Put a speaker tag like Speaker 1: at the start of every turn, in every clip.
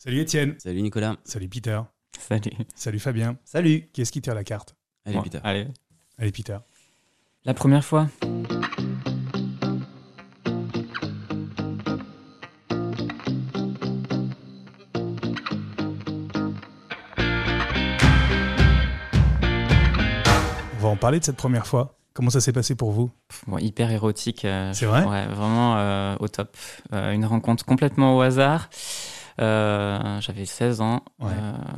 Speaker 1: Salut Étienne.
Speaker 2: Salut Nicolas.
Speaker 1: Salut Peter.
Speaker 3: Salut.
Speaker 1: Salut Fabien.
Speaker 2: Salut.
Speaker 1: Qui est-ce qui tire la carte
Speaker 2: Allez,
Speaker 3: Moi.
Speaker 2: Peter.
Speaker 3: Allez.
Speaker 1: Allez Peter.
Speaker 3: La première fois.
Speaker 1: On va en parler de cette première fois. Comment ça s'est passé pour vous
Speaker 3: Pff, bon, hyper érotique. euh,
Speaker 1: C'est vrai
Speaker 3: Ouais, vraiment euh, au top. Euh, une rencontre complètement au hasard. Euh, J'avais 16 ans.
Speaker 1: Ouais.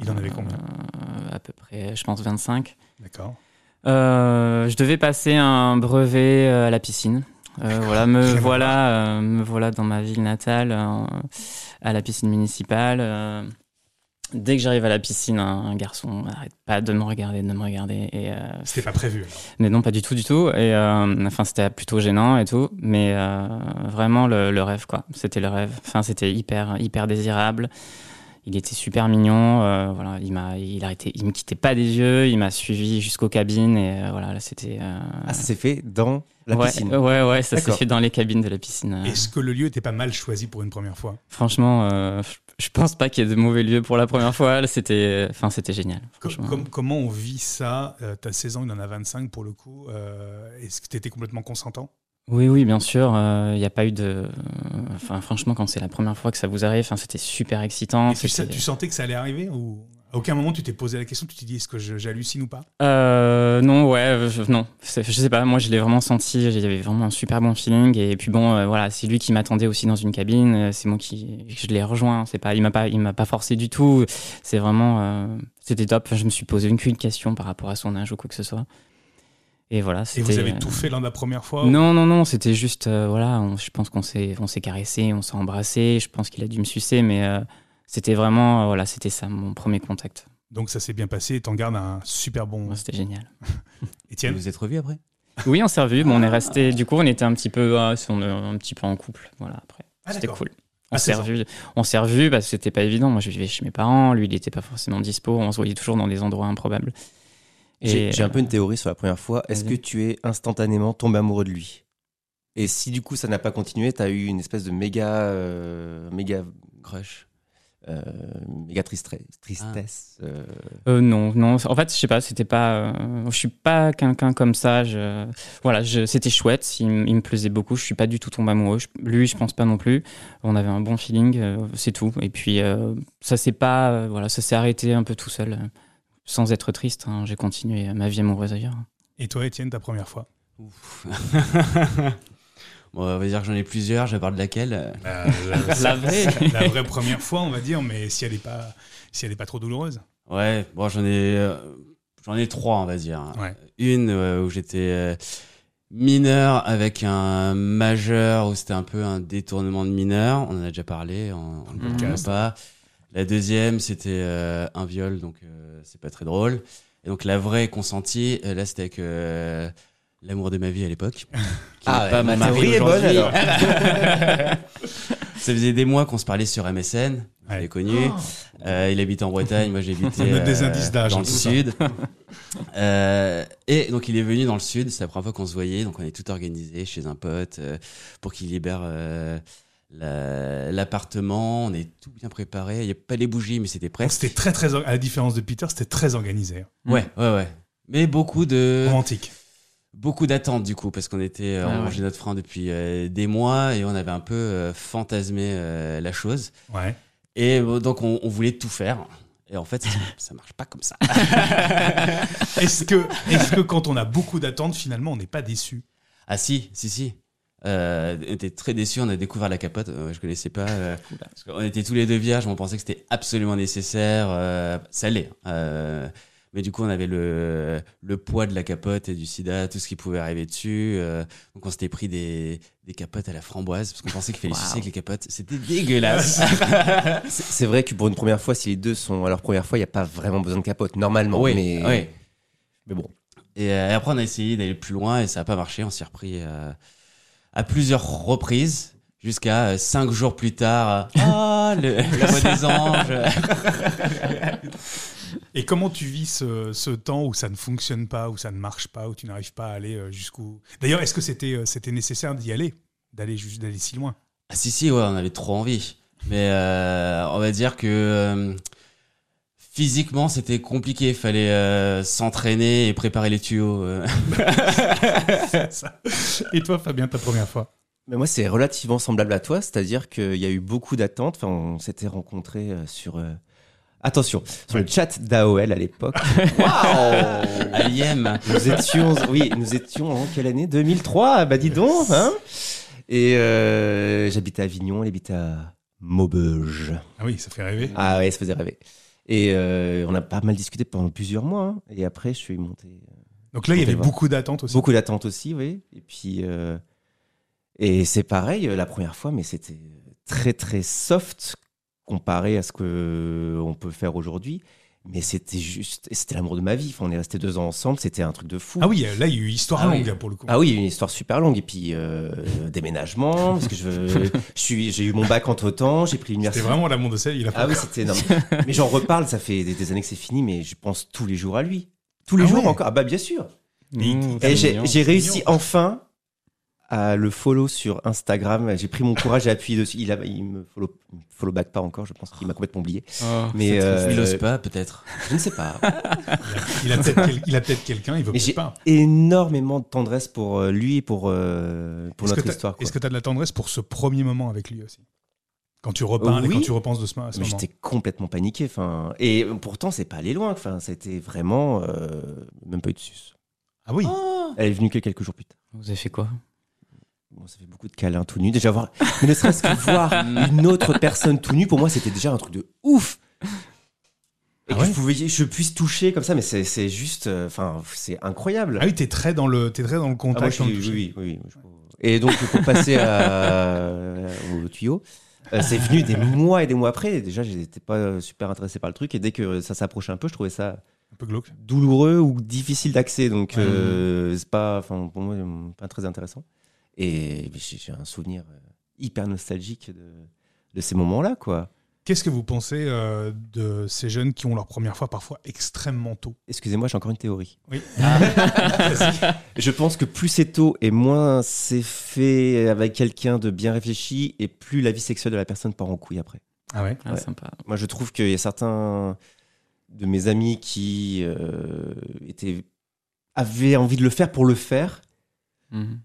Speaker 1: Il en avait combien
Speaker 3: euh, À peu près, je pense 25.
Speaker 1: D'accord.
Speaker 3: Euh, je devais passer un brevet euh, à la piscine. Euh, voilà, me
Speaker 1: J'aime
Speaker 3: voilà, euh, me voilà dans ma ville natale, euh, à la piscine municipale. euh. dès que j'arrive à la piscine, un, un garçon n'arrête pas de me regarder, de me regarder. Et, euh,
Speaker 1: C'était pas prévu. alors.
Speaker 3: mais non, pas du tout, du tout. Et euh, enfin, c'était plutôt gênant et tout. Mais euh, vraiment le, le rêve, quoi. C'était le rêve. Enfin, c'était hyper, hyper désirable. Il était super mignon. euh, voilà, il m'a, il arrêtait, il me quittait pas des yeux. Il m'a suivi jusqu'aux cabines et euh, voilà, là, c'était. euh,
Speaker 2: Ah, ça s'est fait dans la
Speaker 3: ouais, Euh,
Speaker 2: piscine.
Speaker 3: Ouais, ouais, ça s'est
Speaker 2: D'accord.
Speaker 3: fait dans les cabines de la piscine. euh.
Speaker 1: Est-ce que le lieu était pas mal choisi pour une première fois
Speaker 3: Franchement, euh, je- je pense pas qu'il y ait de mauvais lieux pour la première fois. Là, C'était, enfin, c'était génial.
Speaker 1: Com-
Speaker 3: franchement.
Speaker 1: com- Comment on vit ça Euh, T'as 16 ans, il en a 25 pour le coup. Euh, Est-ce que t'étais complètement consentant
Speaker 3: Oui, oui, bien sûr. Il n'y a pas eu de. Enfin, franchement, quand c'est la première fois que ça vous arrive, enfin, c'était super excitant.
Speaker 1: Et tu, sa-
Speaker 3: c'était-
Speaker 1: tu sentais que ça allait arriver ou à aucun moment tu t'es posé la question Tu t'es dit est-ce que je- j'hallucine ou pas
Speaker 3: Euh, non, ouais, je, non. C'est- Je sais pas. Moi, je l'ai vraiment senti. Il y avait vraiment un super bon feeling. Et puis bon, euh, voilà, c'est lui qui m'attendait aussi dans une cabine. euh, C'est moi qui, je l'ai rejoint. C'est pas, il m'a pas, il m'a pas forcé du tout. C'est vraiment, euh, c'était top. Je me suis posé une qu'une question par rapport à son âge ou quoi que ce soit. Et voilà.
Speaker 1: Et vous
Speaker 3: c'était-
Speaker 1: avez tout fait l'un de la première fois
Speaker 3: Non, non, non, c'était juste, euh, voilà, on- je pense qu'on s'est, on s'est caressé, on s'est embrassé, je pense qu'il a dû me sucer, mais euh, c'était vraiment, euh, voilà, c'était ça, mon premier contact.
Speaker 1: Donc ça s'est bien passé et t'en gardes un super bon.
Speaker 3: Moi, c'était génial.
Speaker 2: Vous
Speaker 1: Étienne
Speaker 2: vous êtes revus après
Speaker 3: Oui, on s'est revus, bon, on est resté, du coup, on était un petit peu, euh, on est un petit peu en couple, voilà, après.
Speaker 1: Ah,
Speaker 3: c'était
Speaker 1: d'accord.
Speaker 3: cool.
Speaker 1: À
Speaker 3: On s'est
Speaker 1: 16 ans.
Speaker 3: revus, on s'est revus parce que c'était pas évident. Moi, je vivais chez mes parents, lui, il était pas forcément dispo, on se voyait toujours dans des endroits improbables.
Speaker 2: J'ai
Speaker 3: Et, euh,
Speaker 2: j'ai un peu une théorie sur la première fois. Est-ce que
Speaker 3: vas-y.
Speaker 2: tu es instantanément tombé amoureux de lui Et si du coup ça n'a pas continué, t'as eu une espèce de méga, euh, méga crush, euh, méga tristre- tristesse. euh,
Speaker 3: Euh, non, non. En fait, je sais pas, c'était pas. euh, je suis pas quelqu'un comme ça. Je, voilà, je, c'était chouette. Il, m- il me plaisait beaucoup. Je suis pas du tout tombé amoureux. Je- lui, je pense pas non plus. On avait un bon feeling, euh, c'est tout. Et puis, euh, ça s'est pas. euh, voilà, ça s'est arrêté un peu tout seul, euh, sans être triste. hein. J'ai continué euh, ma vie amoureuse ailleurs.
Speaker 1: Et toi Étienne, ta première fois
Speaker 2: Ouf. bon, on va dire que j'en ai plusieurs, je vais parler de laquelle. euh,
Speaker 3: La vraie.
Speaker 1: Euh, la vraie première fois, on va dire, mais si elle n'est pas, si elle est pas trop douloureuse.
Speaker 2: Ouais, bon, j'en ai, euh, j'en ai trois, on va dire.
Speaker 1: Ouais.
Speaker 2: Une euh, où j'étais euh, mineur avec un majeur, où c'était un peu un détournement de mineur. On en a déjà parlé, on on ne
Speaker 4: Mm-hmm.
Speaker 2: le
Speaker 3: podcast.
Speaker 2: pas. La deuxième, c'était euh, un viol, donc euh, c'est pas très drôle. Et donc la vraie consentie, euh, là, c'était avec euh, l'amour de ma vie à l'époque. qui
Speaker 4: Ah
Speaker 2: n'est
Speaker 4: ouais,
Speaker 2: pas
Speaker 4: ma
Speaker 2: mon mari
Speaker 4: théorie est bonne,
Speaker 2: aujourd'hui.
Speaker 4: alors.
Speaker 2: Ça faisait des mois qu'on se parlait sur MSN. Je
Speaker 1: Ouais.
Speaker 2: l'ai connu. Euh, il habite en Bretagne, moi j'habitais
Speaker 1: On a des
Speaker 2: euh,
Speaker 1: indices d'âge,
Speaker 2: dans
Speaker 1: en
Speaker 2: le
Speaker 1: tout ça.
Speaker 2: sud. Euh, et donc il est venu dans le sud, c'est la première fois qu'on se voyait, donc on est tout organisé chez un pote euh, pour qu'il libère euh, la- l'appartement, on est tout bien préparé, il n'y a pas les bougies mais c'était
Speaker 1: Donc,
Speaker 2: presque.
Speaker 1: C'était très très or- à la différence de Peter, c'était très organisé, hein.
Speaker 2: Ouais, ouais, ouais. Mais beaucoup
Speaker 1: Euh.
Speaker 2: de
Speaker 1: romantique.
Speaker 2: beaucoup d'attentes du coup parce qu'on était euh,
Speaker 3: Ah
Speaker 2: on
Speaker 3: ouais.
Speaker 2: mangeait notre frein depuis euh, des mois et on avait un peu euh, fantasmé euh, la chose.
Speaker 1: Ouais.
Speaker 2: Et euh, donc, on, on voulait tout faire. Et en fait, ça, ça marche pas comme ça.
Speaker 1: Est-ce que, est-ce que quand on a beaucoup d'attentes, finalement, on n'est pas déçu
Speaker 2: Ah si, si, si. Euh, on était très déçus, on a découvert la capote, euh, je connaissais pas. euh, parce qu'on était tous les deux vierges, on pensait que c'était absolument nécessaire. euh, ça l'est. euh, mais du coup, on avait le, le poids de la capote et du sida, tout ce qui pouvait arriver dessus. euh, donc, on s'était pris des, des capotes à la framboise, parce qu'on pensait qu'il fallait
Speaker 3: Wow.
Speaker 2: sucer avec les capotes. C'était dégueulasse.
Speaker 4: C'est c'est vrai que pour une première fois, si les deux sont à leur première fois, il n'y a pas vraiment besoin de capote, normalement.
Speaker 2: oui,
Speaker 4: mais...
Speaker 2: oui.
Speaker 4: mais bon.
Speaker 2: Et euh, après, on a essayé d'aller plus loin et ça n'a pas marché. On s'est repris euh, à plusieurs reprises jusqu'à euh, cinq jours plus tard. euh, Ah, le, la voix des anges.
Speaker 1: Et comment tu vis ce, ce temps où ça ne fonctionne pas, où ça ne marche pas, où tu n'arrives pas à aller euh, jusqu'où D'ailleurs, est-ce que c'était, euh, c'était nécessaire d'y aller D'aller, juste, d'aller si loin
Speaker 2: Ah, si, si, ouais, on avait trop envie. Mais euh, on va dire que euh, physiquement, c'était compliqué. Il fallait euh, s'entraîner et préparer les tuyaux. euh.
Speaker 1: Ça. Et toi, Fabien, ta première fois
Speaker 4: Mais moi, c'est relativement semblable à toi, c'est-à-dire qu'il y a eu beaucoup d'attentes. Enfin, on s'était rencontrés euh, sur. euh, Attention, sur le chat d'AOL à l'époque. Waouh
Speaker 2: À l'IM.
Speaker 4: Nous étions, oui, nous étions en quelle année 2003, bah dis donc, hein Et euh, j'habitais à Avignon, elle habitait à Maubeuge.
Speaker 1: Ah oui, ça fait rêver.
Speaker 4: Ah ouais, ça faisait rêver. Et euh, on a pas mal discuté pendant plusieurs mois. hein. Et après, je suis monté.
Speaker 1: Donc là, il y avait
Speaker 4: Faut voir.
Speaker 1: beaucoup d'attentes aussi.
Speaker 4: Beaucoup d'attentes aussi, oui. Et puis, euh, et c'est pareil, euh, la première fois, mais c'était très très soft comparé à ce que euh, on peut faire aujourd'hui. Mais c'était juste, et c'était l'amour de ma vie. Enfin, on est resté deux ans ensemble, c'était un truc de fou.
Speaker 1: Ah oui, là, il y a eu histoire
Speaker 2: Ah oui.
Speaker 1: longue là, pour le coup.
Speaker 4: Ah oui, une histoire super longue. Et puis, euh, déménagement, parce que je, je suis, j'ai eu mon bac entre temps, j'ai pris
Speaker 1: C'était
Speaker 4: l'université.
Speaker 1: vraiment l'amour de celle. Il a
Speaker 4: Ah oui, c'était énorme. mais j'en reparle, ça fait des, des années que c'est fini, mais je pense tous les jours à lui. Tous les
Speaker 1: Ah
Speaker 4: jours
Speaker 1: ouais.
Speaker 4: encore. Ah bah bien sûr.
Speaker 3: Mmh,
Speaker 4: Et
Speaker 3: c'est
Speaker 4: j'ai
Speaker 3: mignon.
Speaker 4: j'ai réussi
Speaker 1: mignon.
Speaker 4: enfin à le follow sur Instagram. J'ai pris mon courage et appuyé dessus. Il, a, il me follow, il me follow back pas encore, je pense qu'il m'a complètement oublié.
Speaker 3: Oh.
Speaker 4: Mais euh,
Speaker 2: Il ose pas, peut-être.
Speaker 4: je ne sais pas.
Speaker 1: Il a peut-être quel- il a peut-être quelqu'un, il veut
Speaker 4: Mais j'ai
Speaker 1: peut-être pas.
Speaker 4: énormément de tendresse pour euh, lui et pour, euh, pour
Speaker 1: Est-ce que
Speaker 4: notre
Speaker 1: t'as-
Speaker 4: histoire. quoi.
Speaker 1: Est-ce que tu as de la tendresse pour ce premier moment avec lui aussi Quand tu reparles et
Speaker 4: Oui.
Speaker 1: quand tu repenses de ce, à ce
Speaker 4: Mais
Speaker 1: moment.
Speaker 4: j'étais complètement paniqué. Enfin, et pourtant, c'est pas allé loin. Enfin, c'était vraiment euh, même pas eu de sus.
Speaker 1: Ah oui,
Speaker 4: Elle est venue que quelques jours plus tard.
Speaker 3: Vous avez fait quoi
Speaker 4: Bon, ça fait beaucoup de câlins tout nus. Déjà voir, mais ne serait-ce que voir une autre personne tout nue, pour moi, c'était déjà un truc de ouf. Et
Speaker 1: Ah
Speaker 4: que
Speaker 1: ouais
Speaker 4: je, pouvais, je puisse toucher comme ça, mais c'est c'est juste, euh, enfin, c'est incroyable.
Speaker 1: ah oui, t'es très dans le, t'es très dans le
Speaker 4: Ah, moi, je
Speaker 1: contact. hein,
Speaker 4: suis-
Speaker 1: dans le toucher.
Speaker 4: oui, oui, oui, je- Et donc, pour passer à, au tuyau, euh, c'est venu des mois et des mois après. Et déjà, j'étais pas euh, super intéressé par le truc. Et dès que ça s'approchait un peu, je trouvais ça
Speaker 1: Un peu glauque.
Speaker 4: douloureux ou difficile d'accès. Donc, euh, c'est pas, enfin, pour moi, euh, pas très intéressant. Et j'ai j'ai un souvenir euh, hyper nostalgique de, de ces moments-là, quoi.
Speaker 1: Qu'est-ce que vous pensez euh, de ces jeunes qui ont leur première fois parfois extrêmement tôt
Speaker 4: Excusez-moi, j'ai encore une théorie.
Speaker 1: Oui.
Speaker 4: Ah. Je pense que plus c'est tôt et moins c'est fait avec quelqu'un de bien réfléchi et plus la vie sexuelle de la personne part en couille après.
Speaker 1: Ah ouais.
Speaker 3: Ah,
Speaker 4: Ouais.
Speaker 3: sympa.
Speaker 4: Moi, je trouve qu'il y a certains de mes amis qui euh, étaient, avaient envie de le faire pour le faire,
Speaker 3: Mmh.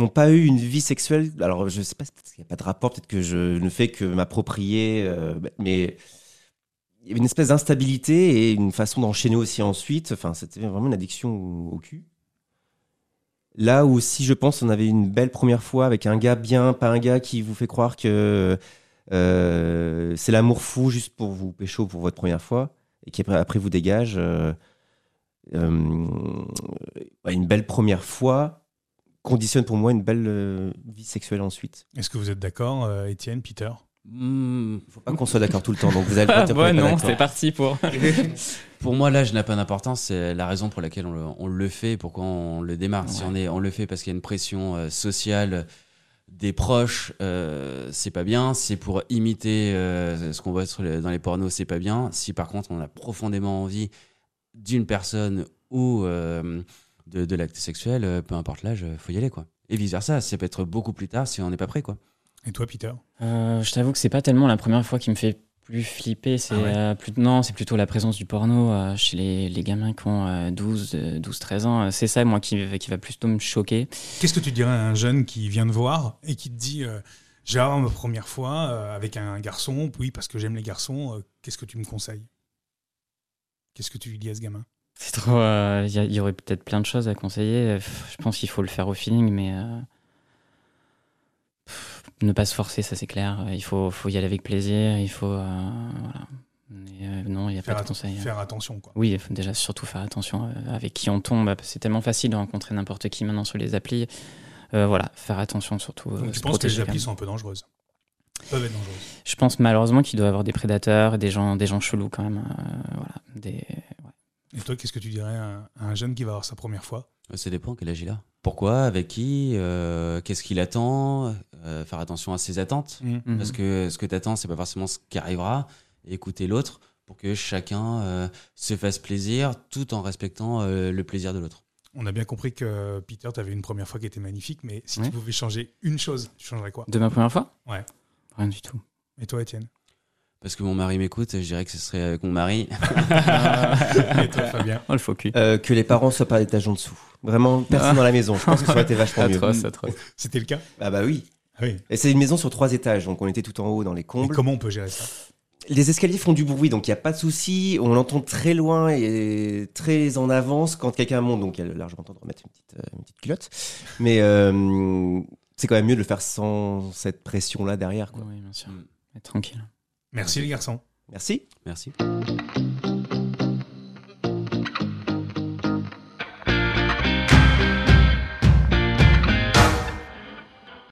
Speaker 4: n'ont pas eu une vie sexuelle. Alors, je sais pas, peut-être qu'il n'y a pas de rapport, peut-être que je ne fais que m'approprier, euh, mais il y avait une espèce d'instabilité et une façon d'enchaîner aussi ensuite. Enfin, c'était vraiment une addiction au, au cul. Là où, si je pense, on avait une belle première fois avec un gars bien, pas un gars qui vous fait croire que euh, c'est l'amour fou juste pour vous pécho pour votre première fois et qui après, après vous dégage. euh, euh, ouais, une belle première fois conditionne pour moi une belle euh, vie sexuelle ensuite.
Speaker 1: Est-ce que vous êtes d'accord, euh, Étienne, Peter
Speaker 2: Hmm.
Speaker 4: Il faut pas qu'on soit d'accord tout le temps, donc vous allez
Speaker 3: Ah,
Speaker 4: pas dire qu'on
Speaker 3: bon,
Speaker 4: est pas
Speaker 3: non,
Speaker 4: d'accord.
Speaker 3: c'est parti pour.
Speaker 2: Pour moi, l'âge n'a pas d'importance. C'est la raison pour laquelle on le, on le fait, pourquoi on le démarre. Si
Speaker 3: Ouais.
Speaker 2: on, est, on le fait parce qu'il y a une pression euh, sociale des proches, euh, c'est pas bien. C'est pour imiter euh, ce qu'on voit sur les- dans les pornos, c'est pas bien. Si par contre, on a profondément envie d'une personne ou euh, de, de l'acte sexuel, euh, peu importe l'âge, euh, faut y aller, quoi. Et vice versa, ça peut être beaucoup plus tard si on n'est pas prêt, quoi.
Speaker 1: Et toi, Peter
Speaker 3: Euh, je t'avoue que c'est pas tellement la première fois qui me fait plus flipper. C'est
Speaker 1: Ah ouais.
Speaker 3: euh, plus non, c'est plutôt la présence du porno euh, chez les, les gamins qui ont euh, 12, euh, 12, 13 ans. Euh, C'est ça, moi, qui, qui va plutôt me choquer.
Speaker 1: Qu'est-ce que tu dirais à un jeune qui vient de voir et qui te dit euh, J'ai avoir ma première fois euh, avec un garçon, oui, parce que j'aime les garçons, euh, qu'est-ce que tu me conseilles Qu'est-ce que tu lui dis à ce gamin
Speaker 3: C'est trop. euh, Il y, a- il y aurait peut-être plein de choses à conseiller. Euh, pff, Je pense qu'il faut le faire au feeling, mais euh, pff, ne pas se forcer, ça c'est clair. Euh, Il faut, faut y aller avec plaisir. Il faut euh, voilà. Mais, euh, non, il n'y a pas de
Speaker 1: atten-
Speaker 3: conseil.
Speaker 1: faire attention, quoi.
Speaker 3: Oui, il faut déjà surtout faire attention euh, avec qui on tombe. C'est tellement facile de rencontrer n'importe qui maintenant sur les applis. Euh, voilà, faire attention surtout. euh,
Speaker 1: Donc, tu
Speaker 3: se
Speaker 1: penses que les
Speaker 3: protéger quand
Speaker 1: applis
Speaker 3: même.
Speaker 1: sont un peu dangereuses Peuvent être dangereuses.
Speaker 3: Je pense malheureusement qu'il doit y avoir des prédateurs, et des gens, des gens chelous quand même. euh, voilà, des...
Speaker 1: Et toi, qu'est-ce que tu dirais à, à un jeune qui va avoir sa première fois
Speaker 2: Euh, Ça dépend quel âge il a. Pourquoi Avec qui euh, Qu'est-ce qu'il attend Euh, Faire attention à ses attentes.
Speaker 3: Mhm.
Speaker 2: Parce que ce que tu attends, c'est pas forcément ce qui arrivera. Et écouter l'autre pour que chacun euh, se fasse plaisir tout en respectant euh, le plaisir de l'autre.
Speaker 1: On a bien compris que euh, Peter, tu avais une première fois qui était magnifique, mais si
Speaker 3: Ouais.
Speaker 1: tu pouvais changer une chose, tu changerais quoi
Speaker 3: De ma première fois
Speaker 1: Ouais.
Speaker 3: Rien du tout.
Speaker 1: Et toi, Étienne
Speaker 2: Parce que mon mari m'écoute, je dirais que ce serait euh, avec mon mari.
Speaker 1: Et toi, Fabien
Speaker 3: Oh, le faux cul.
Speaker 4: Euh, que les parents soient pas d'étage en dessous. Vraiment, personne dans la maison. Je pense que ça aurait été vachement mieux.
Speaker 3: Atroce, atroce.
Speaker 1: C'était le cas
Speaker 4: Ah bah oui.
Speaker 1: Ah oui.
Speaker 4: Et c'est une maison sur trois étages, donc on était tout en haut dans les
Speaker 1: Mais
Speaker 4: combles.
Speaker 1: comment on peut gérer ça
Speaker 4: Les escaliers font du bruit, donc il n'y a pas de souci. On l'entend très loin et très en avance quand quelqu'un monte. Donc il y a largement le temps de remettre une petite, euh, une petite culotte. Mais euh, c'est quand même mieux de le faire sans cette pression-là derrière. Quoi.
Speaker 3: Oui, bien sûr.
Speaker 2: Mm.
Speaker 3: Mais Tranquille.
Speaker 1: Merci les garçons.
Speaker 4: Merci.
Speaker 2: Merci.